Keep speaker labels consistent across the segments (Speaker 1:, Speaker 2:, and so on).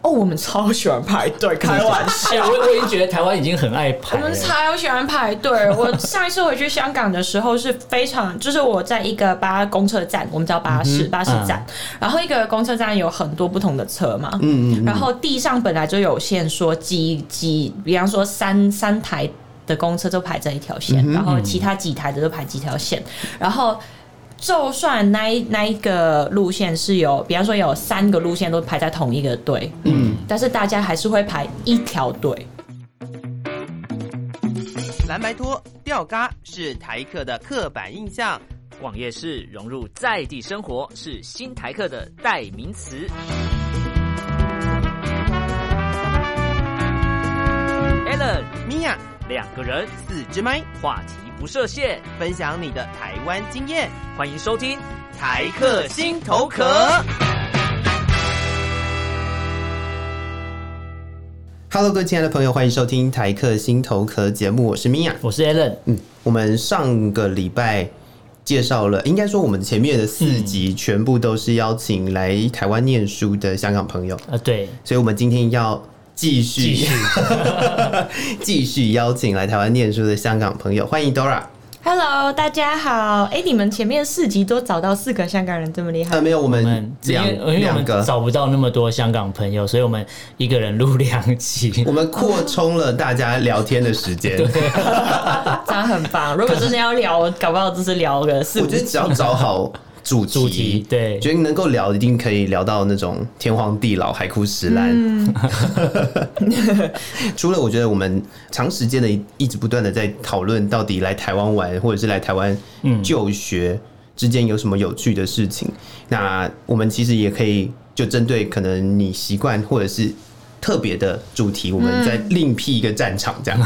Speaker 1: 哦，我们超喜欢排队，开玩
Speaker 2: 哎
Speaker 1: 笑
Speaker 2: 呀，。我我已经觉得台湾已经很爱排欸
Speaker 1: 我
Speaker 2: 了
Speaker 1: 们。超喜欢排队。我上一次回去香港的时候是非常，就是我在一个巴公车站，我们叫巴士、
Speaker 2: 嗯哼
Speaker 1: 巴士站，然后一个公车站有很多不同的车嘛，
Speaker 3: 嗯嗯嗯
Speaker 1: 然后地上本来就有线，说几几，比方说三三台的公车就排这一条线，然后其他几台的都排几条线，然后。就算那一那一个路线是有，比方说有三个路线都排在同一个队，
Speaker 3: 嗯，
Speaker 1: 但是大家还是会排一条队。
Speaker 4: 蓝白拖、吊嘎是台客的刻板印象。
Speaker 5: 逛夜市融入在地生活是新台客的代名词。Allen
Speaker 4: 米娅，
Speaker 5: 两个人
Speaker 4: 四支麦，
Speaker 5: 话题不设限，
Speaker 4: 分享你的台湾经验，
Speaker 5: 欢迎收听。
Speaker 4: 台客心头壳。
Speaker 3: ，Hello，各位亲爱的朋友，欢迎收听台客心头壳节目，我是米娅。
Speaker 2: 我是 Alan，
Speaker 3: 嗯，我们上个礼拜介绍了，应该说我们前面的四集全部都是邀请来台湾念书的香港朋友，
Speaker 2: 呃，对，
Speaker 3: 所以我们今天要继
Speaker 2: 继
Speaker 3: 续
Speaker 2: 续
Speaker 3: 继续邀请来台湾念书的香港朋友，欢迎 Dora。
Speaker 1: Hello，大家好。哎、你们前面四集都找到四个香港人，这么厉害
Speaker 3: 呃，？没有，我
Speaker 2: 我们
Speaker 3: 们，
Speaker 2: 因为因
Speaker 3: 两
Speaker 2: 为我
Speaker 3: 两
Speaker 2: 们
Speaker 3: 个，
Speaker 2: 找不到那么多香港朋友，所以我们一个人录两集
Speaker 3: 我。们扩充了大家聊天的 时间。
Speaker 1: 这样很棒。如果真的要聊，搞不好就是聊个四
Speaker 3: 我
Speaker 1: 五
Speaker 3: 觉得
Speaker 1: 集。
Speaker 3: 只要找好主题，
Speaker 2: 主题对
Speaker 3: 觉得能够聊，一定可以聊到那种天荒地老、海枯石烂。 除了我觉得我们长时间的一直不断的在讨论，到底来台湾玩或者是来台湾就学之间有什么有趣的事情，那我们其实也可以就针对可能你习惯或者是。特别的主题，我们再另辟一个战场，这样。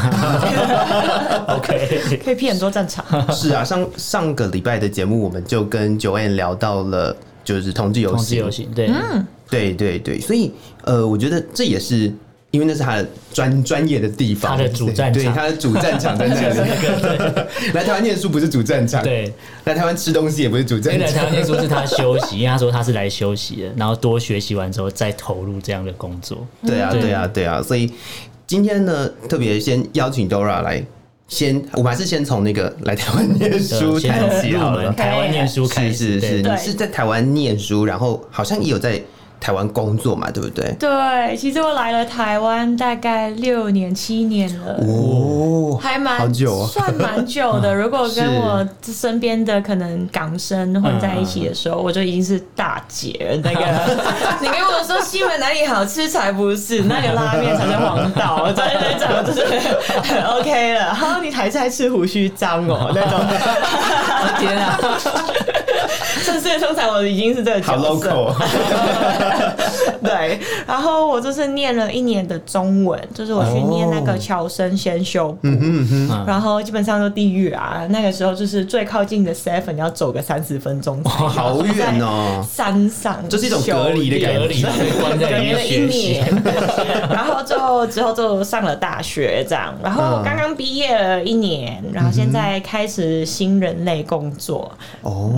Speaker 2: OK，
Speaker 1: 可以骗很多战场。
Speaker 3: 是
Speaker 2: 嗯
Speaker 3: 啊，上上个礼拜的节目，我们就跟九 N 聊到了，就是同志游
Speaker 2: 同志
Speaker 3: 戏。
Speaker 2: 游行，对，
Speaker 1: 嗯
Speaker 3: 对对对，所以呃，我觉得这也是因为那是他的专专业的地方，
Speaker 2: 他的主战场
Speaker 3: 对对他的主战场 在那里。 来台湾念书不是主战场，
Speaker 2: 对，
Speaker 3: 来台湾吃东西也不是主战
Speaker 2: 因为来台
Speaker 3: 场
Speaker 2: 湾。念书是他休息，因为他说他是来休息的，然后多学习完之后再投入这样的工作。
Speaker 3: 对啊，对啊，对啊，所以今天呢，特别先邀请 Dora 来。先，我们还是先从那个来台湾念书
Speaker 2: 先
Speaker 3: 谈起
Speaker 2: 从
Speaker 3: 好
Speaker 2: 入
Speaker 3: 了
Speaker 2: 门。台湾念书开
Speaker 3: 是
Speaker 2: 始，
Speaker 3: 是是，
Speaker 2: 对
Speaker 3: 你
Speaker 1: 对
Speaker 3: 是在台湾念书，然后好像也有在台湾工作嘛，对不对？
Speaker 1: 对，其实我来了台湾大概六年、七年了。
Speaker 3: 哦
Speaker 1: 还蛮
Speaker 3: 好久哦
Speaker 1: 算蛮久 的。如果跟
Speaker 3: 是
Speaker 1: 我身边的可能港生混在一起的时候，我就已经是大姐了。 那个，你跟我说西门哪里好吃才不是， 那个拉面才是王道。我在那种就是 很 OK 了。然后你还在吃胡须章哦，那种。
Speaker 2: 天啊，
Speaker 1: 就是通常我已经是这个角
Speaker 3: 好
Speaker 1: 色
Speaker 3: local，
Speaker 1: 对，然后我就是念了一年的中文，就是我去念那
Speaker 3: 哦
Speaker 1: 个侨生先修部，
Speaker 3: 嗯
Speaker 1: 然后基本上都地狱啊。那个时候就是最靠近的 seven 要走个三十分钟才有，
Speaker 3: 好远
Speaker 1: 在
Speaker 3: 哦，
Speaker 1: 山上
Speaker 3: 这是一种隔离的感
Speaker 2: 隔
Speaker 3: 觉
Speaker 2: 离被关在
Speaker 1: 对，
Speaker 2: 里
Speaker 1: 因
Speaker 2: 面
Speaker 1: 为一
Speaker 2: 学习，
Speaker 1: 年，然后就之后就上了大学这样，然后刚刚毕业了一年，然
Speaker 3: 嗯
Speaker 1: 后现在开始新人类工作，
Speaker 3: 哦。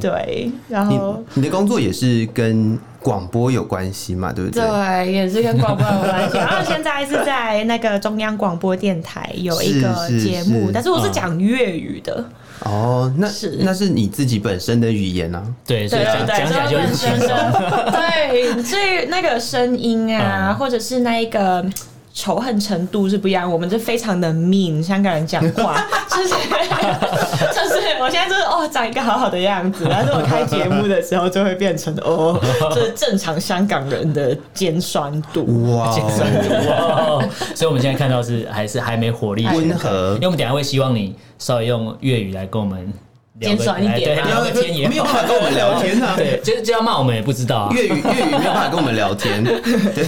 Speaker 1: 对，然
Speaker 3: 你
Speaker 1: 后。
Speaker 3: 你的工作也是跟广播有关系嘛，对不对？
Speaker 1: 对，也是跟广播有 关系。然后现在是在那个中央广播电台有一个
Speaker 3: 是是
Speaker 1: 节目，
Speaker 3: 是
Speaker 1: 但是我是讲粤语的，
Speaker 3: 哦，那
Speaker 1: 是
Speaker 3: 那是你自己本身的语言啊。
Speaker 2: 对，所
Speaker 1: 对对
Speaker 2: 以讲
Speaker 1: 对，
Speaker 2: 讲起来就很轻松。
Speaker 1: 的。对，所以那个声音啊，
Speaker 2: 嗯
Speaker 1: 或者是那一个。仇恨程度是不一样，我们是非常的 mean，香港人讲 话就是就是，我现在就是哦长一个好好的样子，但是我开节目的时候就会变成哦，就是正常香港人的尖酸度。
Speaker 3: 哇哦，
Speaker 2: 哇！哦所以我们现在看到是还是还没火力全开
Speaker 3: 温和
Speaker 2: 因为我们等一下会希望你稍微用粤语来跟我们聊个哎
Speaker 1: 尖酸一点
Speaker 2: 对，
Speaker 1: 啊
Speaker 2: 聊个天也好
Speaker 3: 没有办法跟我们聊天 啊。
Speaker 2: 对，就是就要骂我们也不知道啊。
Speaker 3: 粤语粤语没有办法跟我们聊 天，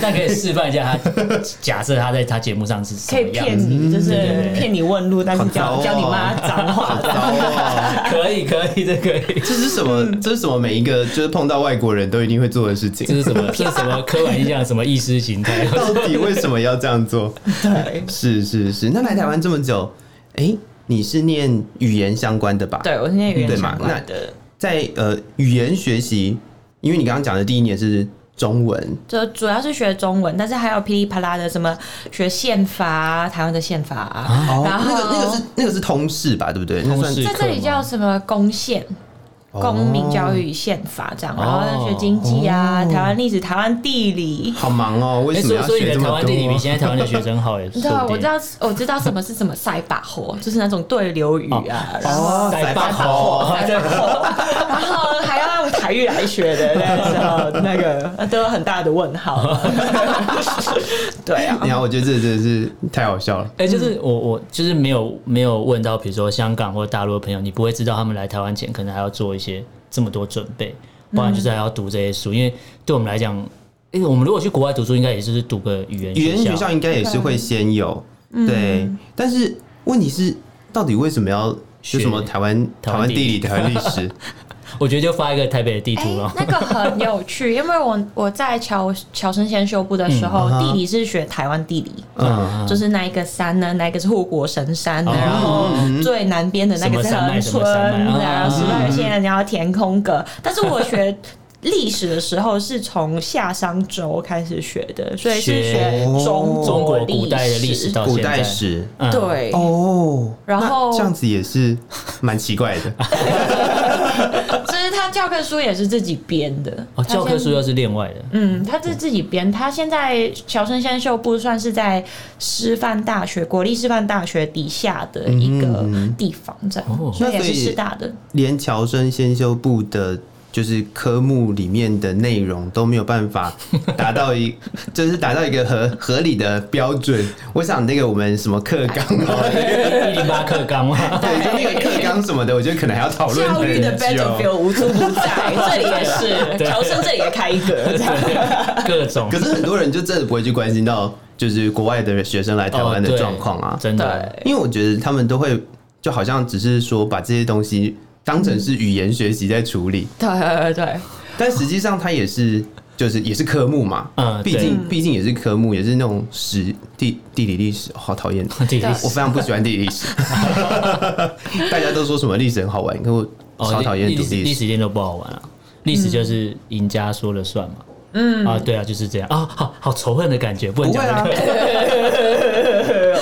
Speaker 2: 但可以示范一下他，假设他在他节目上是什
Speaker 1: 可以
Speaker 2: 么样
Speaker 1: 骗
Speaker 2: 子，
Speaker 1: 你，就是
Speaker 2: 对对
Speaker 1: 骗你问路，但是
Speaker 3: 好糟
Speaker 1: 教
Speaker 3: 哦
Speaker 1: 教你妈脏话
Speaker 3: 糟哦。
Speaker 2: 可以可以，这可以。
Speaker 3: 这是什么？这是什么？每一个就是碰到外国人都一定会做的事
Speaker 2: 这
Speaker 3: 情。
Speaker 2: 是什么？这是什么刻板印象？什么意识形态？
Speaker 3: 到底为什么要这样做？
Speaker 1: 对，
Speaker 3: 是是是。那来台湾这么久，哎、你是念语言相关的吧？，
Speaker 1: 对我现在有
Speaker 3: 对
Speaker 1: 点
Speaker 3: 嘛
Speaker 1: 相关的，
Speaker 3: 在呃语言学习，因为你刚刚讲的第一年是中文，
Speaker 1: 就主要是学中文，但是还有噼里啪啦的什么学宪法啊，台湾的宪法啊，
Speaker 3: 哦，
Speaker 1: 然后
Speaker 3: 那个那个是那个是通识吧，对不对？那
Speaker 2: 通
Speaker 3: 算
Speaker 2: 识
Speaker 1: 在这里
Speaker 2: 课吗
Speaker 1: 叫什么公宪。公民教育与宪法这样，然后学经济啊，台湾历史、台湾地理。
Speaker 3: 好忙哦，为
Speaker 2: 哎，
Speaker 3: 什么
Speaker 2: 所以所
Speaker 3: 要
Speaker 2: 以你
Speaker 3: 学
Speaker 2: 的
Speaker 3: 这
Speaker 2: 台
Speaker 3: 么
Speaker 2: 湾地理比
Speaker 3: 多？
Speaker 2: 现在台湾的学生好耶，
Speaker 1: 你知道，
Speaker 2: 说
Speaker 1: 啊
Speaker 2: 不
Speaker 1: 我
Speaker 2: 定
Speaker 1: 知道，我知道什么是什么塞把火，就是那种对流语啊，然后
Speaker 2: 哦，塞巴好，
Speaker 1: 塞把火，然后还要用台语来学的，那时候那个都有很大的问 号。对啊，
Speaker 3: 然后我觉得这真的是太好笑了。
Speaker 2: 哎、就是我我就是没有没有问到，比如说香港或大陆的朋友，你不会知道他们来台湾前可能还要做一些这么多准备，不然
Speaker 3: 嗯
Speaker 2: 就是还要读这些书，因为对我们来讲，因为我们如果去国外读书，应该也就是读个语言
Speaker 3: 语言学
Speaker 2: 学
Speaker 3: 校应该也是会先有，对。但是问题是，到底为什么要有什么
Speaker 2: 学
Speaker 3: 台湾
Speaker 2: 台
Speaker 3: 台
Speaker 2: 湾
Speaker 3: 湾
Speaker 2: 地理
Speaker 3: 地理、台湾历史？
Speaker 2: 我觉得就发一个台北的地
Speaker 1: 哎、
Speaker 2: 图了。
Speaker 1: 那个很有趣，因为我我在乔乔生先修部的时候，
Speaker 3: 嗯啊
Speaker 1: 地理是学台湾地理。
Speaker 3: 嗯，
Speaker 1: 就是那一个山呢，那一个是护国神山呢，
Speaker 2: 哦
Speaker 1: 然后最南边的那个是恒
Speaker 2: 什么
Speaker 1: 春，
Speaker 2: 山脉什么山脉
Speaker 1: 然后石
Speaker 2: 啊
Speaker 1: 外线，然后填空格。但是我学历史的时候是从夏商周开始学的，所以是
Speaker 2: 学
Speaker 1: 学中
Speaker 2: 中国
Speaker 1: 国
Speaker 2: 古代的历史 到
Speaker 3: 古
Speaker 2: 现在
Speaker 3: 代，史
Speaker 2: 嗯，
Speaker 1: 对，
Speaker 3: 哦。
Speaker 1: 然
Speaker 3: 那
Speaker 1: 后
Speaker 3: 这样子也是蛮奇怪 的，
Speaker 1: 就是他教科书也是自己编的。
Speaker 2: 哦，教科书又是另外的，
Speaker 1: 嗯，他是自己编。他现在乔生先秀部算是在师范大学、国立师范大学底下的一个地方，这样，
Speaker 2: 嗯哦
Speaker 1: 所以也
Speaker 3: 那所
Speaker 1: 是
Speaker 3: 以
Speaker 1: 师大的。
Speaker 3: 连乔生先修部的。就是科目里面的内容都没有办法达到 一，就是达到一个合合理的标准。我想那个我们什么课纲啊，
Speaker 1: 哎
Speaker 2: 一零八课纲嘛，啊
Speaker 3: 对，就那个课纲什么的，我觉得可能还要讨论
Speaker 1: 教育的
Speaker 3: 很久
Speaker 1: battlefield 无处不 在，这里也是，乔生这里也开一个，这样
Speaker 2: 各种
Speaker 3: 可是很多人就真的不会去关心到，就是国外的学生来台湾
Speaker 2: 哦
Speaker 3: 的
Speaker 2: 对
Speaker 3: 状况啊，
Speaker 2: 真的，
Speaker 1: 对。
Speaker 3: 因为我觉得他们都会就好像只是说把这些东西当成是语言学习在处理，
Speaker 1: 对 对对，
Speaker 3: 但实际上它也是就是也是科目嘛，
Speaker 2: 嗯
Speaker 3: 毕
Speaker 2: 对
Speaker 3: 竟毕竟也是科目，也是那种史地地理历史，哦好讨厌。
Speaker 2: 地理
Speaker 3: 我
Speaker 2: 史
Speaker 3: 非常不喜欢地理 历史，大家都说什么历史很好玩，可我超讨厌读
Speaker 2: 哦历史，历
Speaker 3: 历史。
Speaker 2: 史一点都不好玩啊。历史就是赢家说了算嘛。嗯啊，对啊，就是这样啊，好好仇恨的感觉，不能
Speaker 3: 不会
Speaker 2: 讲这
Speaker 3: 啊
Speaker 2: 个。，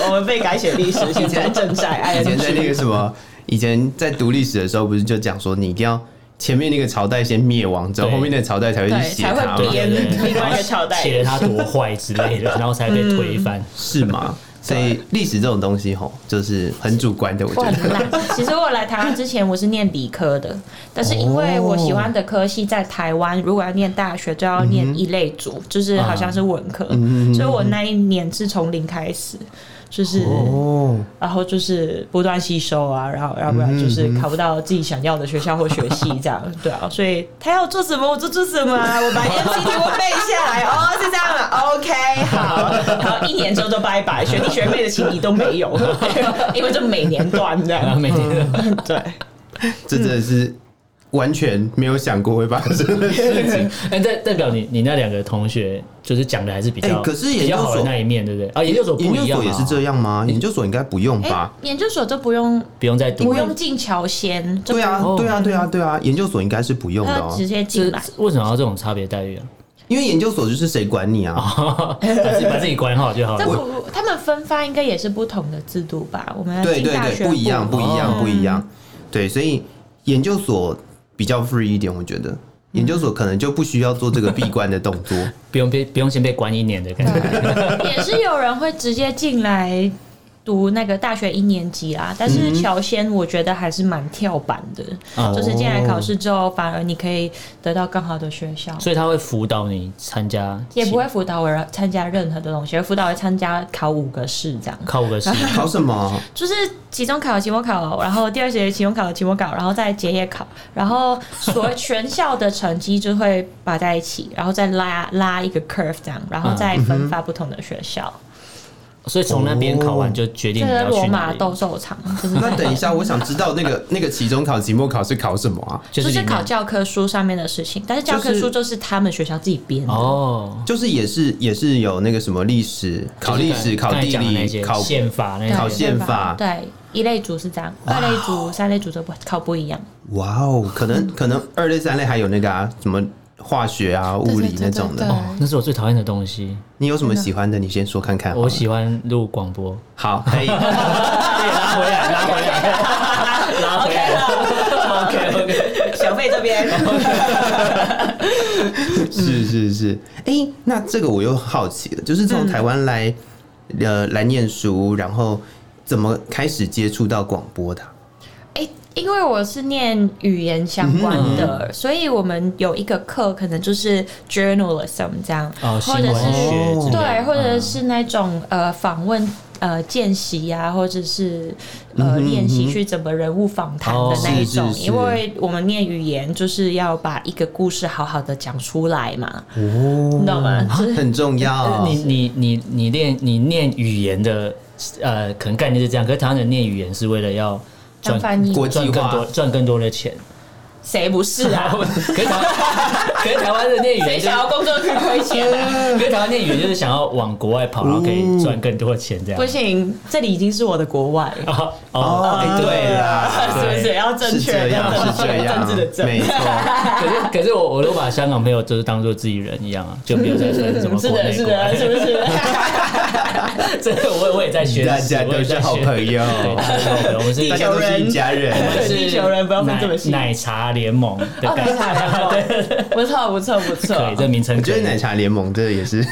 Speaker 1: 我们被改写历史，现在正在哎呀
Speaker 3: 以前在那个什么，以前在读历史的时候，不是就讲说你一定要前面那个朝代先灭亡，之后
Speaker 2: 对
Speaker 3: 后面那个朝代才会去
Speaker 1: 对
Speaker 3: 写
Speaker 1: 才会
Speaker 3: 它
Speaker 1: 编
Speaker 3: 嘛，
Speaker 2: 对对对
Speaker 1: 另外一个嗯朝代
Speaker 2: 写了他多坏之类的，然后才被推翻。
Speaker 3: 是吗？所以历史这种东西吼，就是很主观的，我
Speaker 1: 我
Speaker 3: 觉得。
Speaker 1: 很烂。其实我来台湾之前，我是念理科的，但是因为我喜欢的科系在台湾，如果要念大学就要念一类组，就是好像是文科，所以我那一年是从零开始，就是、
Speaker 3: 哦，
Speaker 1: 然后就是不断吸收啊，然后要不然就是考不到自己想要的学校或学系这样，对啊，所以他要做什么我就做什么啊，我把 MCT 我背下来，哦是这样的，OK 好，然后一年之后都拜拜，学弟学妹的情谊都没有，因为就每年断这
Speaker 2: 然后
Speaker 1: 样，
Speaker 2: 每天
Speaker 1: 对，
Speaker 3: 这真的是完全没有想过会发生的事情。
Speaker 2: 哎，代代表你你那两个同学就是讲的还是比较，
Speaker 3: 哎可是
Speaker 2: 比
Speaker 3: 研究所
Speaker 2: 较好的那一面，对不对？啊，研究 所不
Speaker 3: 研
Speaker 2: 一
Speaker 3: 究
Speaker 2: 样
Speaker 3: 所
Speaker 2: 啊，
Speaker 3: 也是这样吗？研究所应该不用
Speaker 1: 哎
Speaker 3: 吧？，
Speaker 1: 研究所就不用
Speaker 2: 不用再读
Speaker 1: 不
Speaker 2: 了。
Speaker 1: 用进乔先，就
Speaker 3: 对啊
Speaker 2: 哦，
Speaker 3: 对啊，对啊，对啊，研究所应该是不用的
Speaker 1: 他
Speaker 3: 哦
Speaker 1: 直，接
Speaker 2: 这
Speaker 1: 进来，
Speaker 2: 为什么要这种差别待遇啊？
Speaker 3: 因为研究所就是谁管你啊？
Speaker 2: 哦把自己把自己管好就 好
Speaker 1: 这
Speaker 2: 了。
Speaker 1: 不他们分发应该也是不同的制度吧？我们要
Speaker 3: 对
Speaker 1: 进
Speaker 3: 对
Speaker 1: 大
Speaker 3: 对，
Speaker 1: 学
Speaker 3: 不一样，
Speaker 1: 部
Speaker 3: 不一
Speaker 2: 哦
Speaker 3: 样，不一样。对，所以研究所比较 free 一点，我觉
Speaker 2: 嗯
Speaker 3: 得研究所可能就不需要做这个闭关的动 作。
Speaker 2: 不用被不用先被关一年的感觉。
Speaker 1: 也是有人会直接进来读那个大学一年级啦，但是乔先我觉得还是蛮跳板的，
Speaker 2: 哦
Speaker 1: 就是进来考试之后，反而你可以得到更好的学校。
Speaker 2: 所以他会辅导你参加，
Speaker 1: 也不会辅导我参加任何的东西，辅导我参加考五个试这样，
Speaker 2: 考五个试。
Speaker 3: 考什么？
Speaker 1: 就是期中考、期末考，然后第二学期期中考、期末考，然后再结业考，然后所谓全校的成绩就会摆在一起，然后再拉拉一个 curve 这样，然后再分发不同的学校。
Speaker 2: 所以从那边考
Speaker 3: 哦
Speaker 2: 完就决定
Speaker 1: 这
Speaker 2: 你
Speaker 1: 个
Speaker 2: 要
Speaker 1: 罗
Speaker 2: 去
Speaker 1: 马
Speaker 2: 哪
Speaker 1: 斗
Speaker 2: 里，
Speaker 1: 兽场就是
Speaker 3: 那等一下，我想知道那个那个期中考、期末考是考什么啊？
Speaker 2: 就
Speaker 1: 就是是
Speaker 2: 里面
Speaker 1: 考教科书上面的事情，但是教科书就是他们学校自己编的。
Speaker 2: 哦，
Speaker 3: 就是也是也是有那个什么历史，考历史、考地理、考
Speaker 2: 考宪法那
Speaker 1: 对
Speaker 2: 些
Speaker 3: 考宪法
Speaker 1: 对，一类组是这样，二类组、三类组就不考不一样。
Speaker 3: 哇哦，可能可能二类、三类还有那个啊，什么化学啊、物理那种
Speaker 1: 对对对对对
Speaker 3: 的。
Speaker 2: 哦，那是我最讨厌的东西。
Speaker 3: 你有什么喜欢的？你先说看看好了。
Speaker 2: 我喜欢录广 播，
Speaker 3: 好，哎可以。
Speaker 2: 对，拉回来，拉回来， 拉回来。OK OK，
Speaker 1: 小费这边，
Speaker 3: 是是是，哎、那这个我又好奇了，就是从台湾来、呃来念书，然后怎么开始接触到广播的啊？
Speaker 1: 哎、因为我是念语言相关
Speaker 3: 嗯
Speaker 1: 的，所以我们有一个课可能就是 journalism 这样，
Speaker 2: 哦，新
Speaker 1: 或者
Speaker 2: 闻
Speaker 1: 是
Speaker 2: 学之类的，
Speaker 1: 对，或者
Speaker 2: 嗯
Speaker 1: 是那种呃访问。呃，见习呀，或者是
Speaker 3: 嗯
Speaker 1: 呃
Speaker 3: 哼
Speaker 1: 练习
Speaker 3: 嗯哼
Speaker 1: 去怎么人物访谈
Speaker 2: 哦
Speaker 1: 的那一
Speaker 3: 是是
Speaker 1: 种，
Speaker 3: 是
Speaker 1: 因为我们念语言就是要把一个故事好好的讲出来嘛，
Speaker 3: 哦
Speaker 1: 你懂吗？就是
Speaker 3: 很重要。
Speaker 2: 呃你你你你练你念语言的，呃，可能概念是这样，可是台湾人念语言是为了要
Speaker 1: 当
Speaker 2: 赚
Speaker 1: 翻译
Speaker 3: 国际
Speaker 2: 赚更
Speaker 3: 化
Speaker 2: 多赚更多的钱，
Speaker 1: 谁不是
Speaker 2: 然
Speaker 1: 啊
Speaker 2: 后？可是台湾可是台湾人念语
Speaker 1: 谁
Speaker 2: 言就是
Speaker 1: 想要工作去亏钱啊？
Speaker 2: 可是台湾念语言就是想要往国外跑，然后可以赚更多的钱这样
Speaker 1: 不。行，这里已经是我的国外了，
Speaker 2: 哦
Speaker 3: 哦，
Speaker 2: 哦，
Speaker 3: 哎、对啦，
Speaker 1: 是不是要 正
Speaker 3: 是
Speaker 1: 确？
Speaker 3: 这 样，
Speaker 1: 要
Speaker 3: 是
Speaker 1: 正确
Speaker 3: 这样，
Speaker 1: 政治的正。
Speaker 3: 没错。
Speaker 2: 可是可是我我都把香港朋友就是当做自己人一样啊，就没有在分什么
Speaker 1: 是
Speaker 2: 国
Speaker 1: 的，
Speaker 2: 内
Speaker 1: 是
Speaker 2: 国外
Speaker 1: 的，是不是？
Speaker 2: 这个我也我也在学习，
Speaker 3: 大家
Speaker 2: 我
Speaker 3: 都
Speaker 2: 也
Speaker 3: 是
Speaker 2: 在
Speaker 3: 好
Speaker 2: 学
Speaker 3: 朋友，
Speaker 2: 对，大家都是好朋友我们是
Speaker 3: 大家都是一家人。
Speaker 2: 我们是
Speaker 1: 地球人不要分这么细
Speaker 2: 奶奶茶联盟的
Speaker 1: 哦，
Speaker 2: 概
Speaker 1: 奶
Speaker 2: 念，
Speaker 1: 茶联盟， 不错，不错，不错。
Speaker 2: 对，这名称
Speaker 3: 我觉
Speaker 2: 可
Speaker 3: 得
Speaker 2: 以。
Speaker 3: 奶茶联盟这个也 是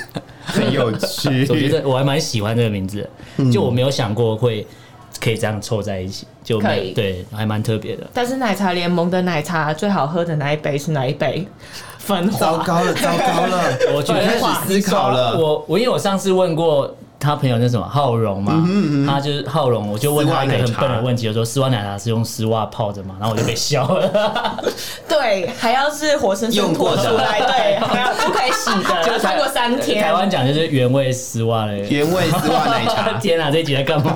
Speaker 3: 很有趣。
Speaker 2: 我觉得我还蛮喜欢这个名字
Speaker 3: 嗯
Speaker 2: 的，就我没有想过会可以这样凑在一起，就
Speaker 1: 可
Speaker 2: 没
Speaker 1: 以
Speaker 2: 有对，还蛮特别的。
Speaker 1: 但是奶茶联盟的奶茶最好喝的那一杯是哪一杯？粉
Speaker 3: 糟
Speaker 1: 花。
Speaker 3: 糕了，糟糕了，
Speaker 2: 我觉
Speaker 3: 我
Speaker 2: 得
Speaker 3: 开始思考了。
Speaker 2: 我我因为我上次问过他朋友那什么浩荣
Speaker 3: 嗯
Speaker 2: 嘛，他就是浩荣，我就问他一个很笨的问题，我说丝袜奶茶是用丝袜泡着嘛，然后我就被 笑了。
Speaker 1: 对，还要是活生生
Speaker 3: 用过
Speaker 1: 脱
Speaker 3: 的
Speaker 1: 出来，对，还要不可以洗的，要超过三天。
Speaker 2: 台湾讲就是原味丝袜的。
Speaker 3: 原味丝袜奶茶，
Speaker 2: 天啊，这一集在干 嘛？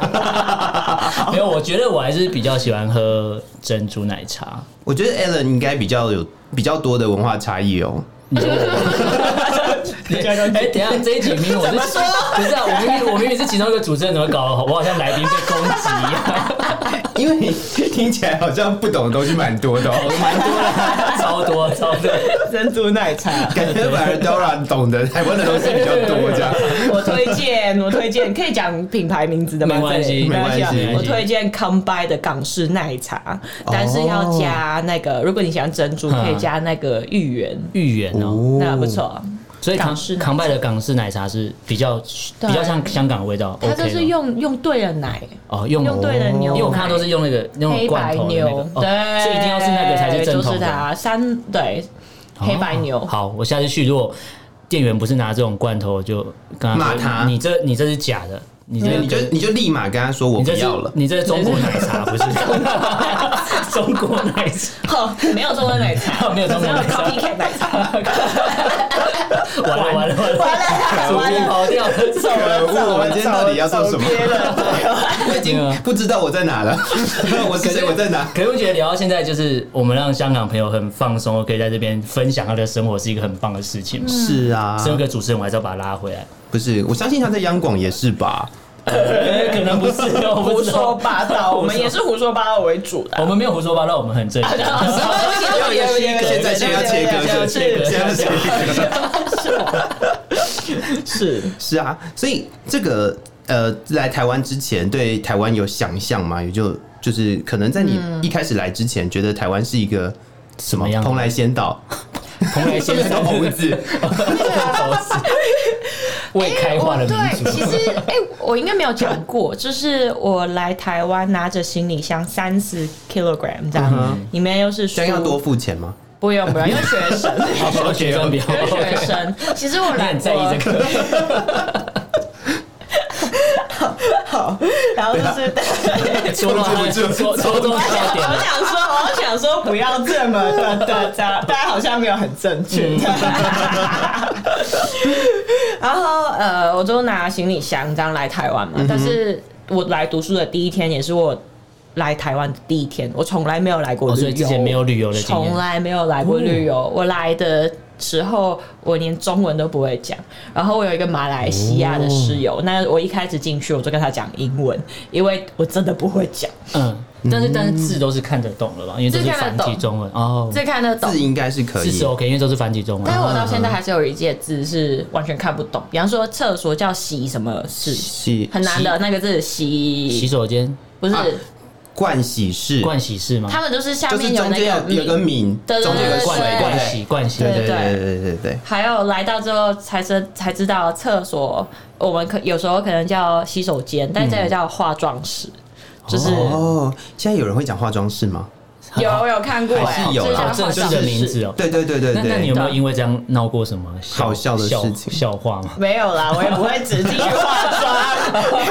Speaker 2: 没有，我觉得我还是比较喜欢喝珍珠奶茶。
Speaker 3: 我觉得 Alan 应该比较有比较多的文化差异哦。
Speaker 2: 哎、等一下这一集明明我是不是啊？我明明我明明是其中一个主持人，怎么搞 得我好像来宾被攻击一样？
Speaker 3: 因为你听起来好像不懂的东西蛮多的、哦，
Speaker 2: 蛮多的， 超多超多。
Speaker 1: 珍珠奶茶，
Speaker 3: 感觉反而 Dora 懂得台湾的东西比较多，这样。
Speaker 1: 我推荐，我推荐，可以讲品牌名字的吗？
Speaker 2: 没关系
Speaker 1: 这里没关系啊
Speaker 3: 没关
Speaker 2: 系
Speaker 1: 我推荐 Come By 的港式奶茶，但是要加那个，如果你喜欢珍珠，
Speaker 2: 嗯
Speaker 1: 可以加那个芋圆，
Speaker 2: 芋圆 哦，
Speaker 1: 那还不错。
Speaker 2: 所以
Speaker 1: 港
Speaker 2: 康
Speaker 1: 式奶茶
Speaker 2: 康拜的港式奶茶是比较
Speaker 1: 对
Speaker 2: 比较像香港的味道，
Speaker 1: 它就
Speaker 2: OK 的
Speaker 1: 是用用对了奶，
Speaker 2: 哦用
Speaker 1: 用对了牛
Speaker 2: 因
Speaker 1: 奶，
Speaker 2: 为我看到都是用那个用
Speaker 1: 黑
Speaker 2: 罐
Speaker 1: 白
Speaker 2: 头的那个
Speaker 1: 牛，，
Speaker 2: 哦
Speaker 1: 对，
Speaker 2: 所以一定要是那个才是正
Speaker 1: 就
Speaker 2: 统
Speaker 1: 是
Speaker 2: 的
Speaker 1: 它三对黑白
Speaker 2: 哦
Speaker 1: 牛。
Speaker 2: 好，我下次去如果店员不是拿这种罐头，我就跟他
Speaker 3: 骂
Speaker 2: 说
Speaker 3: 他
Speaker 2: 你这你这是假的，你这
Speaker 3: 你就你就立马跟他说我
Speaker 2: 你
Speaker 3: 不
Speaker 2: 这是
Speaker 3: 要了，
Speaker 2: 你这是中国奶 茶，不是中国奶 茶，
Speaker 1: 哼，没有中文奶茶，
Speaker 2: 啊没有中国
Speaker 1: 只有
Speaker 2: 奶茶
Speaker 1: copycat 奶茶，
Speaker 2: 完了完了完
Speaker 1: 完了
Speaker 2: 了，主
Speaker 1: 完
Speaker 2: 题
Speaker 1: 了，
Speaker 2: 跑掉了，
Speaker 1: 走了
Speaker 3: 可恶！我们今天到底要做什么？
Speaker 2: 啊
Speaker 3: 我已经不知道我在哪 了，我是谁？我在哪？
Speaker 2: 可是我觉得聊到现在，就是我们让香港朋友很放松，可以在这边分享他的生活，是一个很棒的事情。
Speaker 3: 是啊
Speaker 2: 身为一个主持人，我还是要把他拉回 来。
Speaker 3: 不是，我相信他在央广也是吧？
Speaker 2: 可能不是，我不
Speaker 1: 胡
Speaker 2: 知
Speaker 1: 说
Speaker 2: 道。
Speaker 1: 八道，我们也是胡说八道为主的。
Speaker 2: 我们没有胡说八道，我们很正常。
Speaker 3: 现在就要切割，
Speaker 1: 是
Speaker 3: 现在要切割。
Speaker 1: 是
Speaker 3: 是啊，所以这个呃，来台湾之前对台湾有想象吗？也就就是可能在你一开始来之前，觉得台湾是一个什么
Speaker 2: 么样的
Speaker 3: 蓬莱仙岛，
Speaker 2: 蓬莱
Speaker 3: 上
Speaker 2: 仙
Speaker 3: 面有
Speaker 2: 山
Speaker 3: 个猴子，
Speaker 2: 未开化的民
Speaker 1: 对，其
Speaker 2: 族。
Speaker 1: 实哎、我应该没有讲过，就是我来台湾拿着行李箱三十 kilogram 这样，里面又是书
Speaker 3: 这样要多付钱吗？
Speaker 1: 不用不用，因为学生，
Speaker 2: 好，小学生不要。
Speaker 1: 因为学
Speaker 2: 你
Speaker 1: 生。 其实我来
Speaker 2: 很在意这个，
Speaker 1: 我好，然后就是。
Speaker 2: 啊哎说到说说中笑点
Speaker 1: 我
Speaker 2: 了。
Speaker 1: 想说，我想说，不要这么的 大家，大家好像没有很正
Speaker 2: 嗯
Speaker 1: 确。 然后呃，我就拿行李箱这样来台湾嘛，
Speaker 2: 嗯
Speaker 1: 但是我来读书的第一天，也是我来台湾的第一天，我从来没有来过
Speaker 2: 哦
Speaker 1: 旅游，
Speaker 2: 所以之前没有旅游的经验
Speaker 1: 从来没有来过旅游。
Speaker 3: 哦
Speaker 1: 我来的时候，我连中文都不会讲。然后我有一个马来西亚
Speaker 3: 哦
Speaker 1: 的室友，那我一开始进去我就跟他讲英文，因为我真的不会讲。
Speaker 2: 嗯，但是但是字都是看得懂了吧？因为都是繁体中文哦，
Speaker 1: 这看得懂。
Speaker 3: 字应该是可
Speaker 2: 字
Speaker 3: 以
Speaker 2: 是。OK，因为都是繁体中文。啊
Speaker 1: 但是我到现在还是有一些字是完全看不懂，比方说厕所叫洗什么是
Speaker 3: 洗
Speaker 1: 很难的那个字
Speaker 2: 洗
Speaker 1: 洗，
Speaker 2: 手间
Speaker 1: 不是、
Speaker 3: 啊盥洗室，
Speaker 2: 盥洗室吗？
Speaker 1: 他们就是下
Speaker 3: 就是
Speaker 1: 面有
Speaker 3: 中
Speaker 1: 那
Speaker 3: 间
Speaker 1: 个嗯
Speaker 3: 有有个
Speaker 1: 米，
Speaker 3: 皿，
Speaker 1: 对对
Speaker 3: 中间有个
Speaker 1: 对
Speaker 3: 水，
Speaker 2: 盥
Speaker 1: 对
Speaker 3: 对不
Speaker 2: 盥
Speaker 3: 对
Speaker 2: 洗盥洗
Speaker 1: 对，
Speaker 3: 对对对对对对。
Speaker 1: 还有来到之后才知才知道厕所，我们可有时候可能叫洗手间，但这个叫化妆室，就是、
Speaker 3: 哦，现在有人会讲化妆室吗？
Speaker 1: 有我有看过、欸，
Speaker 3: 还是有
Speaker 1: 就是
Speaker 3: 啦
Speaker 1: 叫
Speaker 2: 好
Speaker 1: 化
Speaker 2: 正
Speaker 1: 妆
Speaker 2: 式
Speaker 1: 室
Speaker 2: 的名字哦。
Speaker 3: 对对对对
Speaker 2: 那那你有
Speaker 3: 对。
Speaker 2: 没有因为这样闹过什么
Speaker 3: 好笑的事情
Speaker 2: 笑话吗？
Speaker 1: 没有啦，我也不会指定去化妆。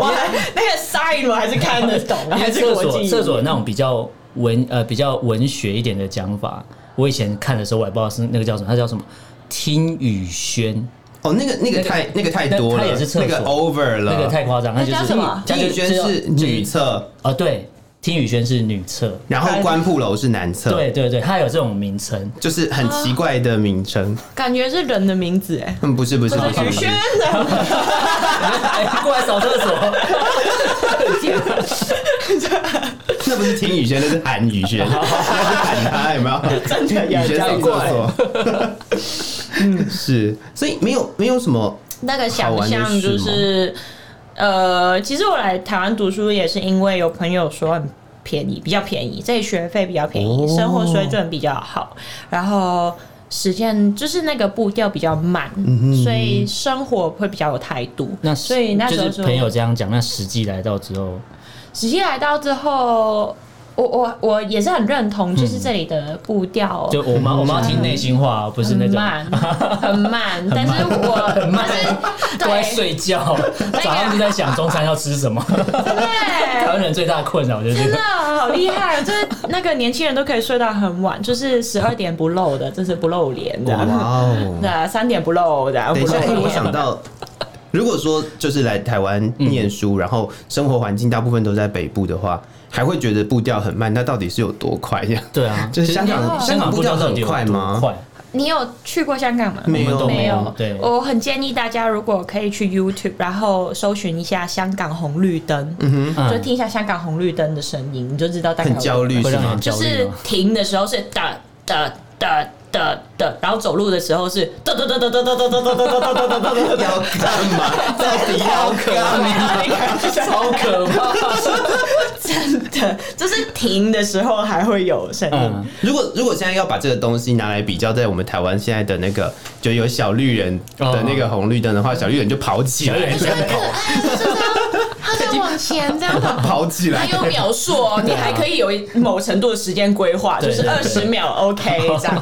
Speaker 1: 我还那个 sign 我还是看得懂，
Speaker 2: 因
Speaker 1: 还
Speaker 2: 为
Speaker 1: 是
Speaker 2: 厕
Speaker 1: 国
Speaker 2: 所
Speaker 1: 际
Speaker 2: 厕所那种比较文呃比较文学一点的讲法，我以前看的时候我也不知道是那个叫什么，它叫什么听雨轩，
Speaker 3: 哦，那个那个太那个太多了，
Speaker 2: 那它也是厕所
Speaker 3: 那个 over 了。
Speaker 2: 那个太夸张，它就是
Speaker 1: 那叫什么
Speaker 2: 它
Speaker 3: 金
Speaker 2: 就
Speaker 3: 宇轩是女厕，
Speaker 2: 哦对，听雨轩是女厕，
Speaker 3: 然后关铺楼是男厕，
Speaker 2: 对，对对，它有这种名称。
Speaker 3: 就是很奇怪的名称。
Speaker 1: 感觉是人的名字哎，
Speaker 3: 嗯，不是不是不
Speaker 1: 就是
Speaker 3: 是
Speaker 1: 宇
Speaker 3: 不是
Speaker 1: 轩，的，
Speaker 2: 哎，过来扫厕所，
Speaker 3: 那不是听雨轩，那是韩雨轩， 那是喊他有没有？真的雨轩上厕所。嗯， 是，所以没有没有什么
Speaker 1: 那个想象
Speaker 3: 好
Speaker 1: 就
Speaker 3: 玩的
Speaker 1: 是，呃，其实我来台湾读书也是因为有朋友说很便宜，比较便宜，这里学费比较便宜，
Speaker 3: 哦
Speaker 1: 生活水准比较好，然后实践就是那个步调比较慢，
Speaker 2: 嗯
Speaker 1: 所以生活会比较有态度。
Speaker 2: 那
Speaker 1: 所以那时候
Speaker 2: 就是朋友这样讲，那实际来到之后，
Speaker 1: 实际来到之后，我我我也是很认同，就是这里的步调
Speaker 2: 就我们我们要听内心话，不是
Speaker 1: 很
Speaker 2: 那种
Speaker 1: 慢，很慢，但是 我但是
Speaker 2: 都在
Speaker 1: 对哎
Speaker 2: 睡觉，早上就在想中餐要吃什么。
Speaker 1: 对
Speaker 2: 台湾人最大的困扰就是这
Speaker 1: 真的
Speaker 2: 个。
Speaker 1: 好厉害，就是那个年轻人都可以睡到很晚，就是十二点不露的，这是不露脸
Speaker 3: 哇
Speaker 1: 的，
Speaker 3: 哦。
Speaker 1: 对，三点不露
Speaker 2: 哦
Speaker 1: 的，
Speaker 3: 等一
Speaker 1: 不
Speaker 3: 下，
Speaker 1: 露
Speaker 3: 哎、
Speaker 1: 脸
Speaker 3: 我想到，如果说就是来台湾念书，
Speaker 2: 嗯
Speaker 3: 然后生活环境大部分都在北部的话，还会觉得步调很慢，那到底是有多快 呀？
Speaker 2: 对啊，
Speaker 3: 就是香港，
Speaker 2: 香港
Speaker 3: 港步
Speaker 2: 步
Speaker 3: 调
Speaker 2: 调到底
Speaker 3: 很
Speaker 2: 有多
Speaker 3: 快吗？
Speaker 2: 快，
Speaker 1: 你有去过香港吗？
Speaker 3: 没有
Speaker 2: 我们都
Speaker 1: 没有
Speaker 2: 有。。对，
Speaker 1: 我很建议大家，如果可以去 YouTube，然后搜寻一下香港红绿灯，
Speaker 2: 嗯
Speaker 1: 就听一下香港红绿灯的声音，你就知道大概有
Speaker 3: 很焦虑
Speaker 2: 会
Speaker 3: 是
Speaker 2: 让
Speaker 3: 吗
Speaker 2: 人？
Speaker 1: 就
Speaker 2: 焦虑
Speaker 1: 是
Speaker 2: 吗？
Speaker 1: 停的时候是哒哒哒哒哒，然后走路的时候是哒哒哒哒哒哒哒哒哒哒哒哒哒哒哒。
Speaker 3: 要干嘛？到底要干嘛？
Speaker 2: 超 可怕！
Speaker 1: 真的，就是停的时候还会有声音
Speaker 2: 嗯。，
Speaker 3: 如果如果现在要把这个东西拿来比较，在我们台湾现在的那个就有小绿人的那个红绿灯的话，小绿人就跑起
Speaker 2: 哦小
Speaker 3: 来，
Speaker 2: 人
Speaker 1: 可爱，就是这样，他在往前这样跑。
Speaker 3: 跑 起
Speaker 1: 他
Speaker 2: 哎
Speaker 3: 来，
Speaker 1: 有描述哦，你还可以有某程度的时间规划，就
Speaker 2: 对
Speaker 1: 是
Speaker 2: 对
Speaker 1: 二十秒 OK 这 样，三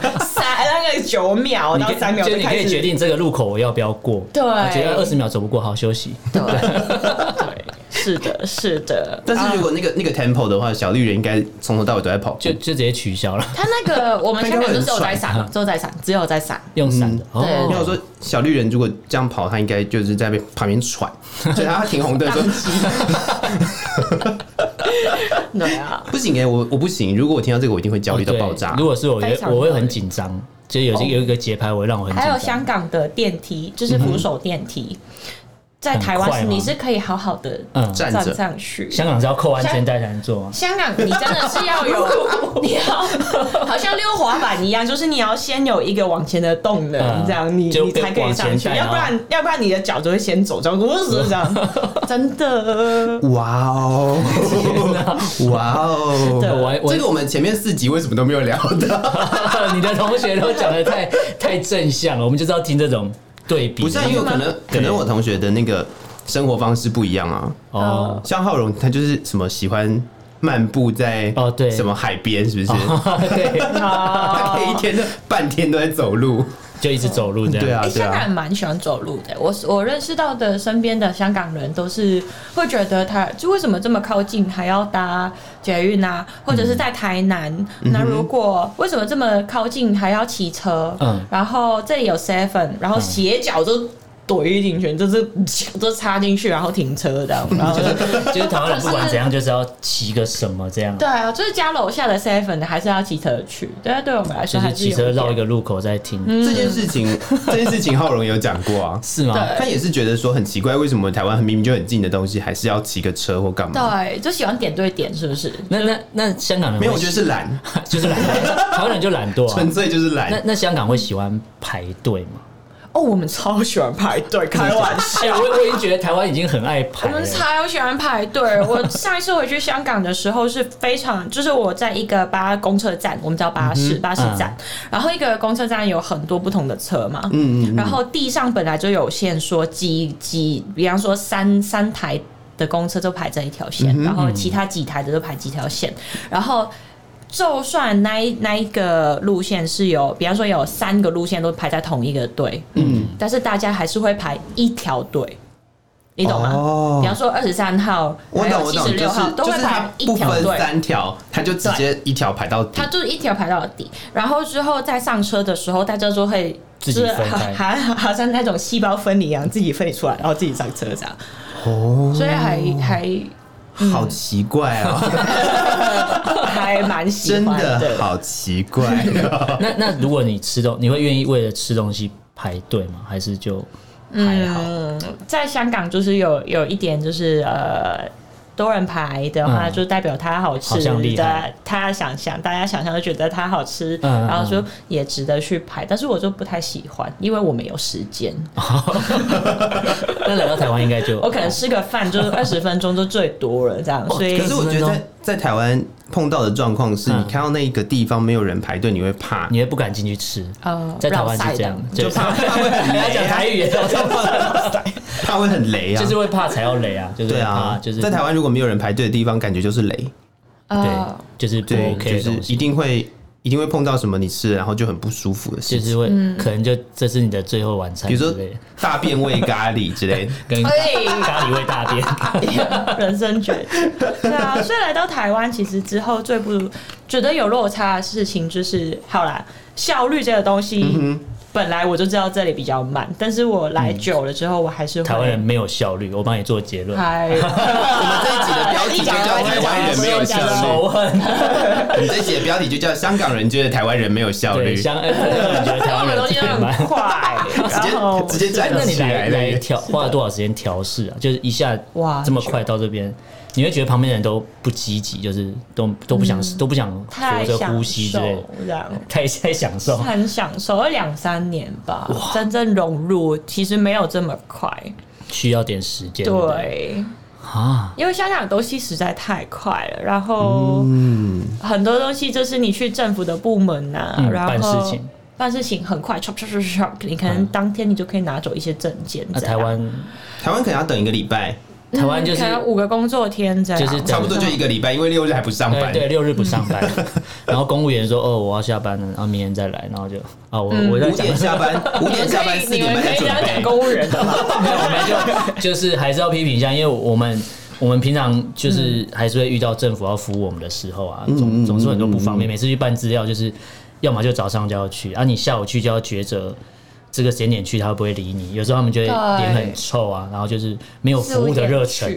Speaker 1: 那个九秒
Speaker 2: 你
Speaker 1: 到
Speaker 2: 可以
Speaker 1: 三秒
Speaker 2: 就
Speaker 1: 就
Speaker 2: 你可
Speaker 1: 开
Speaker 2: 以决
Speaker 1: 始。
Speaker 2: 定这个路口我要不要过。
Speaker 1: 对
Speaker 2: 我觉得二十秒走不过，好休息。
Speaker 1: 对，对，是的，是的。
Speaker 3: 但是如果那个那个 tempo 的话，小绿人应该从头到尾都在跑步，
Speaker 2: 就就直接取消了，
Speaker 1: 他那个我们香港就只有在
Speaker 3: 那
Speaker 2: 啊
Speaker 1: 闪，只有在闪，只有在闪。
Speaker 2: 用伞的。
Speaker 1: 嗯对
Speaker 3: 因为我
Speaker 2: 哦，
Speaker 3: 说小绿人如果这样跑，他应该就是在旁 边喘，所以他停红灯说
Speaker 1: 对啊，
Speaker 3: 不行哎、我我不行，如果我听到这个，我一定会焦虑到
Speaker 2: 哦对
Speaker 3: 爆炸
Speaker 2: 如。果是我，我
Speaker 1: 非常
Speaker 2: 会我会
Speaker 1: 焦虑
Speaker 2: 很紧张，就有有一个节拍，我会让我很紧
Speaker 1: 还有
Speaker 2: 张。嗯
Speaker 1: 香港的电梯，就是扶手电梯，在台湾
Speaker 2: 很快
Speaker 1: 是
Speaker 2: 吗
Speaker 1: 你是可以好好的
Speaker 2: 嗯
Speaker 3: 站着
Speaker 1: 站上去。
Speaker 2: 香港是要扣安全带才能坐吗？
Speaker 1: 香港，你真的是要 有，你要好像溜滑板一样，就是你要先有一个往前的动能，
Speaker 2: 嗯
Speaker 1: 这样你
Speaker 2: 就
Speaker 1: 你才可以上
Speaker 2: 往
Speaker 1: 去，
Speaker 2: 前带
Speaker 1: 要不然要不然你的脚就会先走，这样子这 样，真的。
Speaker 3: 哇哦，哇
Speaker 1: 对
Speaker 3: 哦！
Speaker 2: 我还我
Speaker 3: 这个我们前面四集为什么都没有聊到？
Speaker 2: 你的同学都讲的太太正向了，我们就是要听这种对比。
Speaker 3: 不是啊，因为可能可能我同学的那个生活方式不一样啊。
Speaker 2: 哦，
Speaker 3: 像浩荣，他就是什么喜欢漫步在
Speaker 2: 哦对哦
Speaker 3: 什么海边，是不是？
Speaker 2: 对，
Speaker 3: 他可以一天半天都在走路。
Speaker 2: 就一直走路这样。
Speaker 3: 对啊
Speaker 1: 哎，香港人蛮喜欢走路的。我我认识到的身边的香港人都是会觉得他就为什么这么靠近还要搭捷运啊，或者是在台南，
Speaker 2: 嗯
Speaker 1: 那如果为什么这么靠近还要骑车？
Speaker 2: 嗯
Speaker 1: 然后这里有 seven，然后斜角就怼进去，就是都插进去，然后停车这 样，然后就
Speaker 2: 就是台湾人不管怎样，就是要骑个什么这样
Speaker 1: 对，啊，就是家楼下的 seven 还是要骑车去，对啊，对我们来
Speaker 2: 就
Speaker 1: 说还
Speaker 2: 是
Speaker 1: 是有嗯
Speaker 2: 骑车绕一个路口再停，
Speaker 3: 这件事情，这件事情浩荣有讲过啊，
Speaker 2: 是吗？
Speaker 1: 对
Speaker 3: 他也是觉得说很奇怪，为什么台湾明明就很近的东西，还是要骑个车或干嘛？
Speaker 1: 对，啊就喜欢点对点，是不是？
Speaker 2: 那那那香港人
Speaker 3: 没有，
Speaker 2: 会
Speaker 3: 我觉得是懒，
Speaker 2: 就是懒，台湾人就懒 惰、
Speaker 3: 纯
Speaker 2: 啊。
Speaker 3: 粹就是
Speaker 2: 那
Speaker 3: 懒。
Speaker 2: 那香港会喜欢排队吗？
Speaker 1: 哦，我们超喜欢排队，开玩笑。
Speaker 2: 哎、我我已经觉得台湾已经很爱
Speaker 1: 我
Speaker 2: 排欸了
Speaker 1: 们。超喜欢排队。我上一次回去香港的时候是非常，就是我在一个巴公车站，我们叫巴士、巴士站，然后一个公车站有很多不同的车嘛，
Speaker 3: 嗯嗯
Speaker 1: 然后地上本来就有线说几几，比方说三三台的公车就排成一条
Speaker 3: 嗯
Speaker 1: 线，然后其他几台的都排几条线，然后。就算那一那一个路线是有，比方说有三个路线都排在同一个队，
Speaker 3: 嗯，
Speaker 1: 但是大家还是会排一条队，你懂吗？
Speaker 3: 哦
Speaker 1: 比方说二十三号，
Speaker 3: 我
Speaker 1: 还
Speaker 3: 懂
Speaker 1: 有
Speaker 3: 我
Speaker 1: 七
Speaker 3: 懂，
Speaker 1: 十
Speaker 3: 就是
Speaker 1: 六号、都
Speaker 3: 就
Speaker 1: 会
Speaker 3: 是他
Speaker 1: 排一
Speaker 3: 不
Speaker 1: 条
Speaker 3: 分
Speaker 1: 队。
Speaker 3: 三条，他就直接一条排到底
Speaker 1: 他。就是一条排到底，然后之后在上车的时候，大家就会
Speaker 2: 自己
Speaker 1: 就是
Speaker 2: 分
Speaker 1: 好
Speaker 2: 开
Speaker 1: 好好像那种细胞分离一样，自己分离出来，然后自己上车这样。
Speaker 3: 哦，
Speaker 1: 所以还还
Speaker 3: 好奇怪啊，
Speaker 2: 哦
Speaker 1: 还蛮喜
Speaker 3: 真
Speaker 1: 欢
Speaker 3: 的好奇怪啊。
Speaker 2: 那那如果你吃东，你会愿意为了吃东西排队吗？还是就还好？
Speaker 1: 嗯，在香港就是有有一点就是呃。多人排的话，
Speaker 2: 嗯
Speaker 1: 就代表它好
Speaker 2: 好
Speaker 1: 吃，
Speaker 2: 像厉
Speaker 1: 对
Speaker 2: 害
Speaker 1: 啊，他想想，大家想象就觉得它好吃，
Speaker 2: 嗯嗯
Speaker 1: 然后就也值得去排。但是我就不太喜欢，因为我没有时间，
Speaker 2: 那来到台湾应该就
Speaker 1: 我可能吃个饭 就是二十分钟就最多了这
Speaker 2: 哦
Speaker 1: 样，所以
Speaker 3: 可是我觉得在在台湾碰到的状况是，
Speaker 2: 嗯
Speaker 3: 你看到那个地方没有人排队，你会怕。
Speaker 2: 你会不敢进去吃。
Speaker 1: 呃，
Speaker 2: 在台湾
Speaker 1: 绕
Speaker 2: 是
Speaker 1: 赛
Speaker 2: 这样，
Speaker 1: 的
Speaker 2: 就
Speaker 1: 就怕
Speaker 2: 你要讲台语也是要这样
Speaker 3: 怕会很雷啊。
Speaker 2: 就是会怕踩到雷啊，就是
Speaker 3: 对
Speaker 2: 会
Speaker 3: 啊
Speaker 2: 怕，就是
Speaker 3: 在台湾如果没有人排队的地方，感觉就是雷，
Speaker 1: 呃，
Speaker 2: 对，就是不
Speaker 3: 对，
Speaker 2: OK 的
Speaker 3: 就
Speaker 2: 东
Speaker 3: 是一
Speaker 2: 西，
Speaker 3: 定会一定会碰到什么你吃了然后就很不舒服的事
Speaker 2: 就
Speaker 3: 情，
Speaker 2: 是会
Speaker 1: 嗯
Speaker 2: 可能就这是你的最后晚餐
Speaker 3: 比
Speaker 2: 之
Speaker 3: 如说
Speaker 2: 类的，
Speaker 3: 大便味咖喱 之类的。
Speaker 2: 跟
Speaker 1: 哎
Speaker 2: 咖喱味大 便。
Speaker 1: 人生觉得， 对啊，所以来到台湾，其实之后最不觉得有落差的事情就是，好啦，效率这个东西，
Speaker 3: 嗯
Speaker 1: 本来我就知道这里比较慢，但是我来久了之后，我还是会
Speaker 2: 嗯台湾人没有效率，我帮你做结论。
Speaker 1: 嗨，我们
Speaker 3: 这一集的标题就叫台湾人没有效率
Speaker 2: 仇恨，
Speaker 3: 你这写标题就叫“香港人觉得台湾人没有效率
Speaker 2: 对，香，呃 我觉得台湾
Speaker 1: 我们
Speaker 2: 人
Speaker 1: 东西
Speaker 2: 真的
Speaker 1: 很
Speaker 2: 蛮。哎
Speaker 1: 快，然后”，
Speaker 3: 直接 站
Speaker 2: 那你
Speaker 3: 起
Speaker 2: 来
Speaker 3: 来
Speaker 2: 来
Speaker 3: 了。
Speaker 2: 调花了多少时间调试啊？就是一下哇
Speaker 1: 哇
Speaker 2: 这么快到这边，你会觉得旁边的人都不积极，就是都都不想都不想活
Speaker 1: 嗯太
Speaker 2: 着
Speaker 1: 享
Speaker 2: 呼吸之
Speaker 1: 受
Speaker 2: 类的，
Speaker 1: 这样。
Speaker 2: 太 太享受。
Speaker 1: 很享受了两三年吧，真正融入其实没有这么快，
Speaker 2: 需要点时间，不
Speaker 1: 对，
Speaker 2: 啊，
Speaker 1: 因为香港的东西实在太快了，然后很多东西就是你去政府的部门呐、
Speaker 2: 嗯
Speaker 1: 然后
Speaker 2: 办事情
Speaker 1: 办事情很快，chop chop chop chop，你可能当天你就可以拿走一些证件。
Speaker 2: 那
Speaker 1: 这样嗯
Speaker 2: 啊台湾
Speaker 3: 台湾可能要等一个礼拜，
Speaker 1: 啊
Speaker 2: 台湾就是
Speaker 1: 可能五个工作天这样，
Speaker 2: 就是
Speaker 3: 差不多就一个礼拜，因为六日还不上
Speaker 2: 哎对
Speaker 3: 班。
Speaker 2: 对六日不上班，然后公务员说哦我要下班了，然后明天再来，然后就啊我
Speaker 1: 嗯
Speaker 2: 我在
Speaker 3: 五
Speaker 2: 讲
Speaker 3: 点下班， 五
Speaker 1: 你
Speaker 3: 点
Speaker 1: 们
Speaker 3: 下
Speaker 1: 可
Speaker 3: 班，
Speaker 1: 以
Speaker 3: 四
Speaker 1: 你
Speaker 3: 点
Speaker 1: 们
Speaker 3: 半
Speaker 1: 可
Speaker 3: 再
Speaker 1: 以这
Speaker 3: 准
Speaker 1: 样讲
Speaker 3: 备。
Speaker 1: 公务员的吗？
Speaker 2: 没有，我们就就是还是要批评一下，因为我们我们平常
Speaker 3: 嗯
Speaker 2: 就是还是会遇到政府要服务我们的时候啊，总总是很多不方
Speaker 3: 嗯
Speaker 2: 便。每次去办资料，就是要么就早上就要去，啊，你下午去就要抉择。这个时间点去，他会不会理你？有时候他们就会
Speaker 1: 对
Speaker 2: 脸很臭啊，然后就是没有 服务的热忱。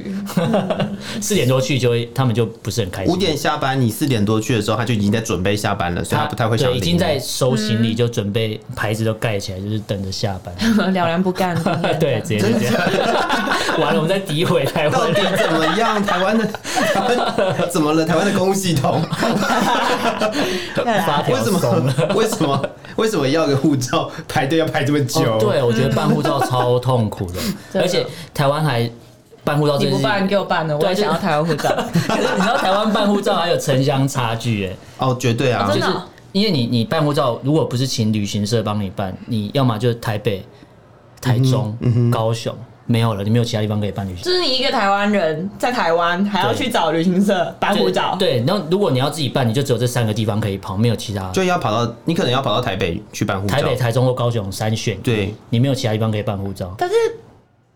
Speaker 2: 四点多去就会，他们就不是很开心。
Speaker 3: 五点下班，你四点多去的时候，他就已经在准备下班了，所以他不太会想
Speaker 2: 对
Speaker 3: 理
Speaker 2: 已
Speaker 3: 你。嗯
Speaker 2: 经在收行李，就准备牌子都盖起来，就是等着下 班。
Speaker 1: 了然不干。
Speaker 2: 对，直接就这样。 完了，我们在诋毁台湾
Speaker 3: 到
Speaker 2: 人
Speaker 3: 底怎么样？台湾的 台湾怎么了？台湾的公务系统
Speaker 2: 发
Speaker 3: 为
Speaker 2: 条
Speaker 3: 什
Speaker 2: 松了。
Speaker 3: 么为什么为什么要个护照排队要排这么久？
Speaker 2: 哦，对，我觉得办护 照超痛苦的，
Speaker 1: 真的
Speaker 2: 而且台湾还办护照
Speaker 1: 你
Speaker 2: 这件
Speaker 1: 不
Speaker 2: 事
Speaker 1: 办
Speaker 2: 情。
Speaker 1: 给我办了，我
Speaker 2: 对
Speaker 1: 也想要台湾护 照。
Speaker 2: 可是 你知道台湾办护照还有城乡差距哎、
Speaker 3: 哦，绝对啊
Speaker 1: 哦，真
Speaker 2: 就
Speaker 1: 的
Speaker 2: 是因为你你办护照如果不是请旅行社帮你办，你要么就是台北、台中、
Speaker 1: 嗯
Speaker 2: 高雄没有了，你没有其他地方可以办旅行。
Speaker 1: 就是你一个台湾人在台湾，还要
Speaker 2: 对
Speaker 1: 去找旅行社办护照，
Speaker 2: 对，然后如果你要自己办，你就只有这三个地方可以跑，没有其他。
Speaker 3: 就要跑到你可能要跑到台北去办护照。
Speaker 2: 台北、台中或高雄三选一，
Speaker 3: 对
Speaker 2: 你没有其他地方可以办护照。
Speaker 1: 但是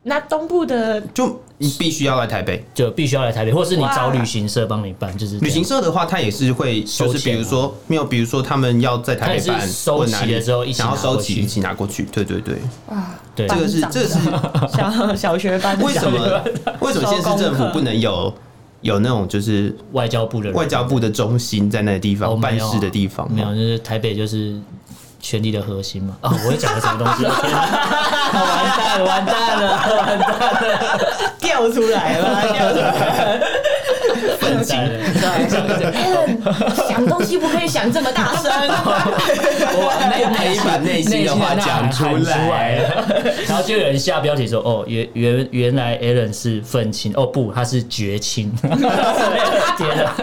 Speaker 1: 那东部的
Speaker 3: 就你必须要来台北。
Speaker 2: 就必须要来台北，或是你
Speaker 1: 哇
Speaker 2: 找旅行社帮你办，就是这
Speaker 3: 旅
Speaker 2: 样
Speaker 3: 行社的话，他也是会，
Speaker 2: 收
Speaker 3: 就是比
Speaker 2: 钱
Speaker 3: 如
Speaker 2: 吗
Speaker 3: 说没有，比如说他们要在台
Speaker 2: 他
Speaker 3: 北
Speaker 2: 也
Speaker 3: 办
Speaker 2: 是收
Speaker 3: 或者哪
Speaker 2: 齐了
Speaker 3: 里
Speaker 2: 之后一起
Speaker 3: 然后
Speaker 2: 拿过
Speaker 3: 收齐
Speaker 2: 去
Speaker 3: 一起拿过去。对 对对，
Speaker 1: 哇，
Speaker 2: 对
Speaker 3: 这个是
Speaker 1: 班长
Speaker 3: 这个是
Speaker 1: 小小学班
Speaker 3: 为什么为什么县市政
Speaker 1: 收
Speaker 3: 府
Speaker 1: 功课
Speaker 3: 不能有有那种就是
Speaker 2: 外交部的人
Speaker 3: 外交部的中心在那个地方、
Speaker 2: 哦
Speaker 3: 办
Speaker 2: 没有啊
Speaker 3: 事的地方吗
Speaker 2: 没有， 就是台北就是权力的核心 嘛。啊、我也讲了什么东 西？天哪完蛋了，完蛋 了，完蛋了，
Speaker 1: 掉出来了？掉出来了，
Speaker 2: 本金。
Speaker 1: Alan，想东西不可以想这么大声，
Speaker 2: 我内
Speaker 3: 可以把内心的话讲
Speaker 2: 出
Speaker 3: 出来。
Speaker 2: 了， 然后就有人下标题说：“哦，原原原来 Alan 是愤青，哦不，他是绝青。” 天哪！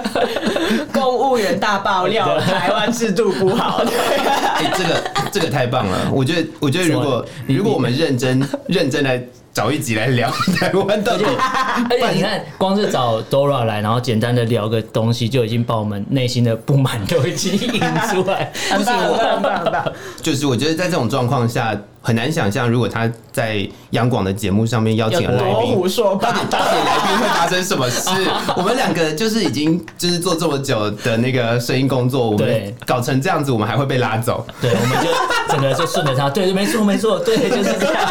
Speaker 1: 公务员大爆料，台湾制度不好。
Speaker 3: 哎、这个这个太棒了！我觉得，我觉得如果
Speaker 2: 你
Speaker 3: 如果我们认真认真来找一集来聊台湾到底，
Speaker 2: 而且你看，光是找 Dora 来，然后简单的聊个东西，就已经把我们内心的不满都已经引出来。
Speaker 1: 很棒，很棒，很棒，很棒！
Speaker 3: 就是我觉得在这种状况下很难想象，如果他在央广的节目上面邀请了来
Speaker 1: 罗
Speaker 3: 宾
Speaker 1: 湖，说
Speaker 3: 到
Speaker 1: 吧
Speaker 3: 底，到底来宾会发生什么事？我们两个就是已经就是做这么久的那个声音工作，我们
Speaker 2: 对
Speaker 3: 搞成这样子，我们还会被拉走。
Speaker 2: 对，我们就整个就顺着他，对，没错没错，对，就是这样，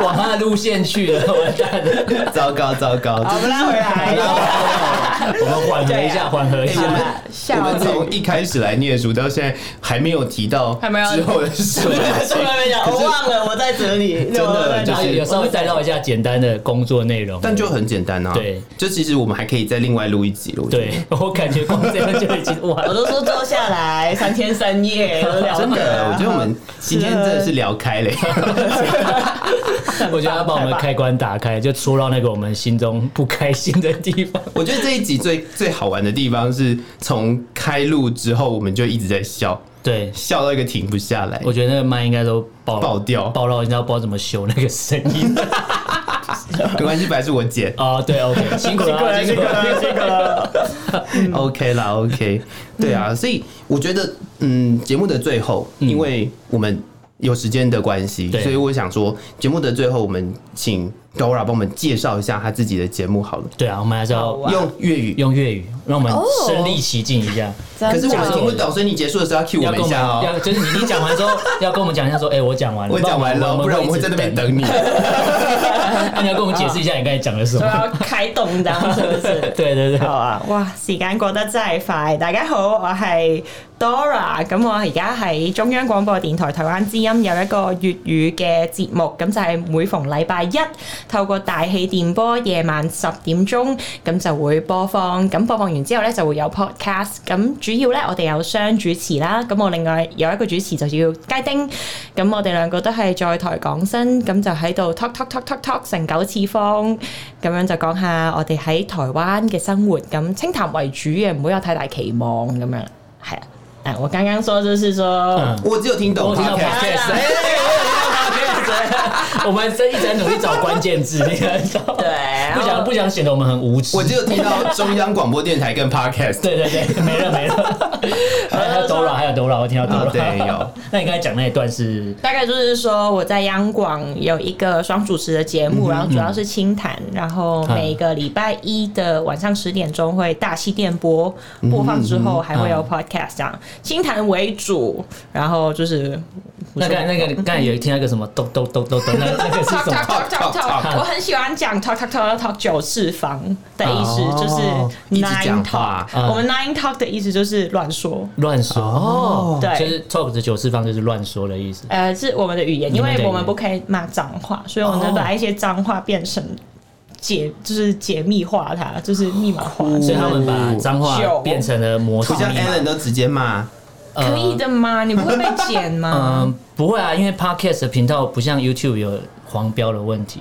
Speaker 2: 往他的路线去了，完蛋了。
Speaker 3: 糟糕糟糕！
Speaker 1: 好，我们拉回来。
Speaker 2: 我们缓和一
Speaker 1: 对
Speaker 2: 下，
Speaker 1: 啊
Speaker 2: 缓和一下
Speaker 1: 好。
Speaker 3: 们
Speaker 1: 啦
Speaker 3: 哎我
Speaker 1: 下
Speaker 3: 们从一开始来念书到现在还没有提到
Speaker 1: 还没有
Speaker 3: 之后的事情
Speaker 1: 从，来没讲，我忘了我在这里，
Speaker 3: 真的
Speaker 1: 我在
Speaker 2: 然
Speaker 3: 就
Speaker 1: 哪
Speaker 2: 后
Speaker 3: 是
Speaker 1: 里
Speaker 2: 哎有稍微带到一下简单的工作内容，
Speaker 3: 但就很简单啊。
Speaker 2: 对，
Speaker 3: 就其实我们还可以再另外录一集了。我觉得
Speaker 2: 对我感觉光这个就已经哇
Speaker 1: 我，都说坐下 来三天三夜，我都聊
Speaker 3: 真的，我觉得我们今天真的是聊开了。
Speaker 2: 我觉得他把我们开关打开，就戳到那个我们心中不开心的地方。
Speaker 3: 我觉得这一集最最好玩的地方是从开录之后，我们就一直在笑，
Speaker 2: 对，
Speaker 3: 笑到一个停不下来。
Speaker 2: 我觉得那个麦应该都爆
Speaker 3: 爆掉
Speaker 2: 爆到人家不知道怎么修那个声音。
Speaker 3: 没关系，本来是我剪
Speaker 2: 哦，对，OK，辛苦 了，辛苦了，辛苦了。嗯
Speaker 3: ，OK 啦，OK。对啊，所以我觉得，嗯，节目的最后，因为我们有时间的关系，
Speaker 2: 嗯对
Speaker 3: 所以我想说，节目的最后，我们请 Dora 帮我们介绍一下他自己的节目好了，
Speaker 2: 对啊，我们还是要
Speaker 1: 哇
Speaker 3: 用粤语。
Speaker 2: 用粤语，让我们
Speaker 1: 哦
Speaker 2: 身临其境一下。
Speaker 3: 可是我们
Speaker 2: 假的
Speaker 3: 听不懂，所以你结束的时候要 cue 我
Speaker 2: 要跟我
Speaker 3: 们
Speaker 2: 们，
Speaker 3: 一下哦。
Speaker 2: 要就是你你讲完之 后，要跟我们讲一下说，哎，我讲完了，
Speaker 3: 我讲完了，不然我们会
Speaker 2: 一直
Speaker 3: 在那 边。等你。
Speaker 2: 那你要跟我们解释一下你刚才讲了什
Speaker 1: 都
Speaker 2: 么？
Speaker 1: 要开动这样，是不是？
Speaker 2: 对对对
Speaker 1: 好，啊！ 哇，時間過得真係快。大家好，我係 Dora，咁我而家喺中央廣播電台台灣之音有一個粵語嘅節目，咁就係每逢禮拜一透過大氣電波夜晚十點鐘，咁就會播放。咁播放完之後咧就會有 podcast。咁主要咧我哋有雙主持啦，咁我另外有一個主持就叫佳丁。咁我哋兩個都係在台講新，咁就喺度 talk talk talk talk talk 成九次方，咁樣就講下我哋喺台灣嘅生活，咁清談為主嘅，唔好有太大期望咁樣，係啊。誒，我剛剛說就是說，
Speaker 2: 嗯
Speaker 3: 我只有听懂
Speaker 2: 我听到
Speaker 3: podcast，
Speaker 2: podcast，哎 我们一直在努力找关键 字，你看，
Speaker 1: 對，
Speaker 2: 不想不想显得我们很无耻
Speaker 3: 我。只有听到中央广播电台跟 podcast。
Speaker 2: 对对对，没了没 了。还有 Dora，还有 Dora，我听到 Dora。
Speaker 3: 啊对有。
Speaker 2: 那你刚才讲那一段是
Speaker 1: 大概就是说我在央广有一个双主持的节目，然后主要是清谈，然后每个礼拜一的晚上十点钟会大气电波播放之后，还会有 podcast 这样，清谈为主，然后就是
Speaker 2: 那个那个，
Speaker 3: 哦
Speaker 2: 刚才有听到一个什么咚咚咚咚咚，那那个是
Speaker 1: talk
Speaker 2: 什么？
Speaker 1: talk talk talk talk，我很喜欢讲 talk talk talk talk 九次方的意思
Speaker 3: 哦
Speaker 1: 就是
Speaker 3: 一直
Speaker 1: nine
Speaker 3: 讲
Speaker 1: talk，
Speaker 3: 话
Speaker 2: 嗯
Speaker 1: 我们 nine talk 的意思就是乱说。
Speaker 2: 乱说哦，
Speaker 1: 对
Speaker 2: 就是 talk 的九次方就是乱说的意思。
Speaker 1: 呃，是我们的语言，因
Speaker 2: 你们的语
Speaker 1: 为
Speaker 2: 言
Speaker 1: 我们不可以骂脏话，所以我们把一些脏话变成解，就是解密化它，就是密码化，
Speaker 2: 所以他们把 脏话
Speaker 1: 九
Speaker 2: 变成了魔术
Speaker 3: 不像
Speaker 2: 密
Speaker 3: Alan
Speaker 2: 码。
Speaker 3: 都直接骂，
Speaker 2: 呃
Speaker 1: 可以的吗？你不会被剪吗
Speaker 2: 嗯？，不会啊，因为 podcast 的频道不像 YouTube 有黄标的问题，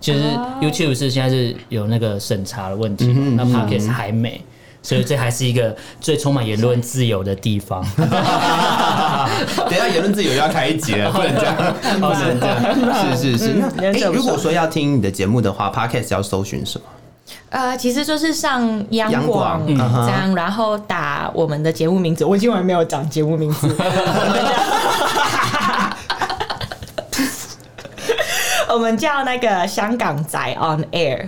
Speaker 2: 就是 YouTube 是现在是有那个审查的问题
Speaker 3: 嗯
Speaker 2: 嘛，那 podcast 还没。所以这还是一个最充满言论自由的地方，
Speaker 3: 嗯等一下言论自由又要开一集了，不能 这样，不能这样，是是是。那
Speaker 1: 言论自
Speaker 3: 哎
Speaker 1: 由，不
Speaker 3: 如果
Speaker 1: 错
Speaker 3: 说要听你的节目的话，Podcast 要搜寻什么？
Speaker 1: 呃，其实就是上央
Speaker 3: 央
Speaker 1: 广
Speaker 3: 广
Speaker 1: 这
Speaker 3: 嗯哼
Speaker 2: 啊
Speaker 1: 样，然后打我们的节目名字，我今晚没有讲节目名字。 我们叫那个香港仔 on air。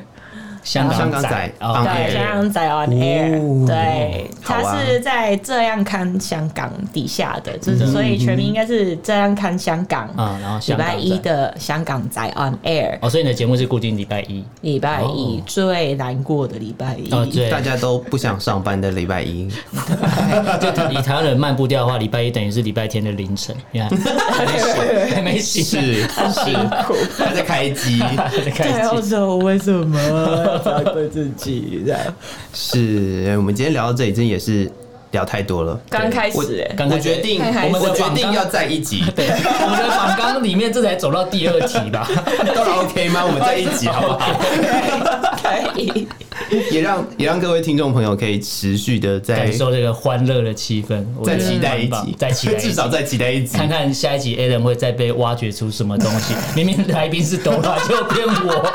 Speaker 2: 香
Speaker 3: 香
Speaker 2: 港
Speaker 3: 港
Speaker 2: 仔
Speaker 3: 仔，
Speaker 2: 哦
Speaker 3: 港
Speaker 1: 对，
Speaker 3: air
Speaker 1: 香港仔 on air，、
Speaker 2: 哦
Speaker 1: 对，
Speaker 3: 好啊
Speaker 1: 他是在这样看香港底下的，就是所以全名应该是这样看香港
Speaker 2: 嗯啊然后
Speaker 1: 礼
Speaker 2: 香港
Speaker 1: 拜
Speaker 2: 仔
Speaker 1: 一的香港仔 on air，
Speaker 2: 哦，所以你的节目是固定礼拜一
Speaker 1: 礼拜一、
Speaker 2: 哦
Speaker 1: 最难过的礼拜一，
Speaker 2: 哦，对，
Speaker 3: 大家都不想上班的礼 拜一，
Speaker 2: 就 以台湾人慢步调的话，礼拜一等于是礼拜天的凌晨，你 看还没醒，还没
Speaker 3: 是
Speaker 2: 醒，
Speaker 3: 是， 他在开机，
Speaker 2: 在开
Speaker 1: 对，我
Speaker 2: 机，
Speaker 1: 说为什么要责备自己这样？
Speaker 3: 是哎我们今天聊到这里，真的也是聊太多了。
Speaker 1: 刚开
Speaker 3: 我
Speaker 1: 始、欸，
Speaker 2: 刚
Speaker 3: 我
Speaker 2: 开始
Speaker 3: 决定，
Speaker 1: 刚开始
Speaker 3: 我决定要在 一集，
Speaker 2: 对，我们的访纲里面这才走到第二题 吧，
Speaker 3: 都 OK 吗？我们在一集好不好？
Speaker 1: 可以，
Speaker 3: 也让也让各位听众朋友可以持续的在
Speaker 2: 感受这个欢乐的气氛，我
Speaker 3: 再
Speaker 2: 觉得
Speaker 3: 期待
Speaker 2: 很
Speaker 3: 一
Speaker 2: 棒
Speaker 3: 集，
Speaker 2: 再期待一集，
Speaker 3: 至少再期待一集。
Speaker 2: 看看下一集 a l a n 会再被挖掘出什么东 西。明明来宾是 Dora，就变我，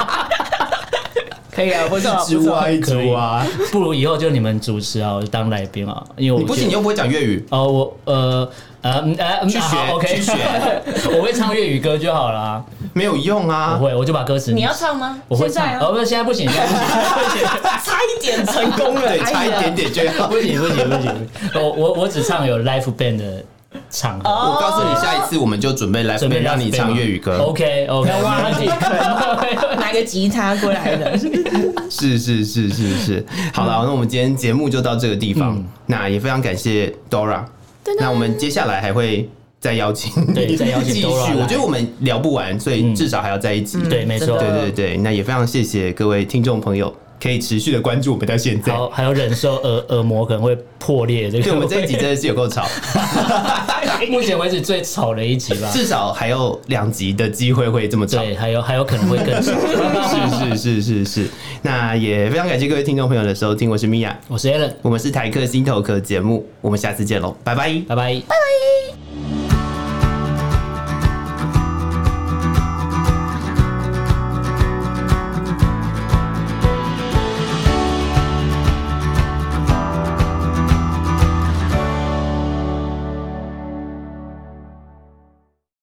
Speaker 1: 可以啊，不错，
Speaker 3: 一直
Speaker 1: 不错。
Speaker 3: 挖一直挖，
Speaker 2: 不如以后就你们主持啊，我就当来宾啊，因为我
Speaker 3: 你不
Speaker 2: 觉
Speaker 3: 行，你
Speaker 2: 得
Speaker 3: 又不会讲粤语，
Speaker 2: 哦，我呃呃嗯呃，
Speaker 3: 去学
Speaker 2: o k
Speaker 3: 去学
Speaker 2: 我会唱粤语歌就好啦，
Speaker 3: 没有用
Speaker 2: 我
Speaker 3: 啊！
Speaker 2: 会，我就把歌词
Speaker 1: 你要。唱吗？
Speaker 2: 我会
Speaker 1: 现在
Speaker 2: 唱，
Speaker 1: 啊
Speaker 2: 哦，不，现在不行，现在不行，
Speaker 1: 差一点成功了，
Speaker 3: 对，差一
Speaker 1: 哎呀
Speaker 3: 点。点就要。
Speaker 2: 不行，不行，不行，我我我只唱有 l i f e band 的场合，
Speaker 1: 哦
Speaker 3: 我告诉你，下一次我们就准备来
Speaker 2: 准备
Speaker 3: 让
Speaker 2: live
Speaker 3: 你
Speaker 2: band
Speaker 3: 唱
Speaker 2: 吗
Speaker 3: 粤语歌。
Speaker 2: OK OK，没问题。
Speaker 1: 拿个吉他过来的，
Speaker 3: 是是是是是，好了，那我们今天节目就到这个地方
Speaker 2: 嗯。
Speaker 3: 那也非常感谢 Dora，那我们接下来还会。再邀请你，
Speaker 2: 对再邀请
Speaker 3: 继续。
Speaker 2: Dora 来
Speaker 3: 我觉得我们聊不完，所以
Speaker 2: 嗯
Speaker 3: 至少还要在一起。
Speaker 2: 对，没错，
Speaker 3: 对对对，那也非常谢谢各位听众朋友，可以持续的关注我们到现在
Speaker 2: 还。有还有忍受耳耳膜可能会破裂这个。
Speaker 3: 对，我们这一集真的是有 够吵，
Speaker 2: 目前为止最吵的一集吧。
Speaker 3: 至少还有两集的机会会这么吵。
Speaker 2: 啊对，啊还有还有可能会更吵。
Speaker 3: 是是是是是，那也非常感谢各位听众朋友的收听，我是米娅，
Speaker 2: 我是 Alan，
Speaker 3: 我们是台客心头壳节目，我们下次见喽，拜拜。
Speaker 2: 拜拜。
Speaker 1: 哎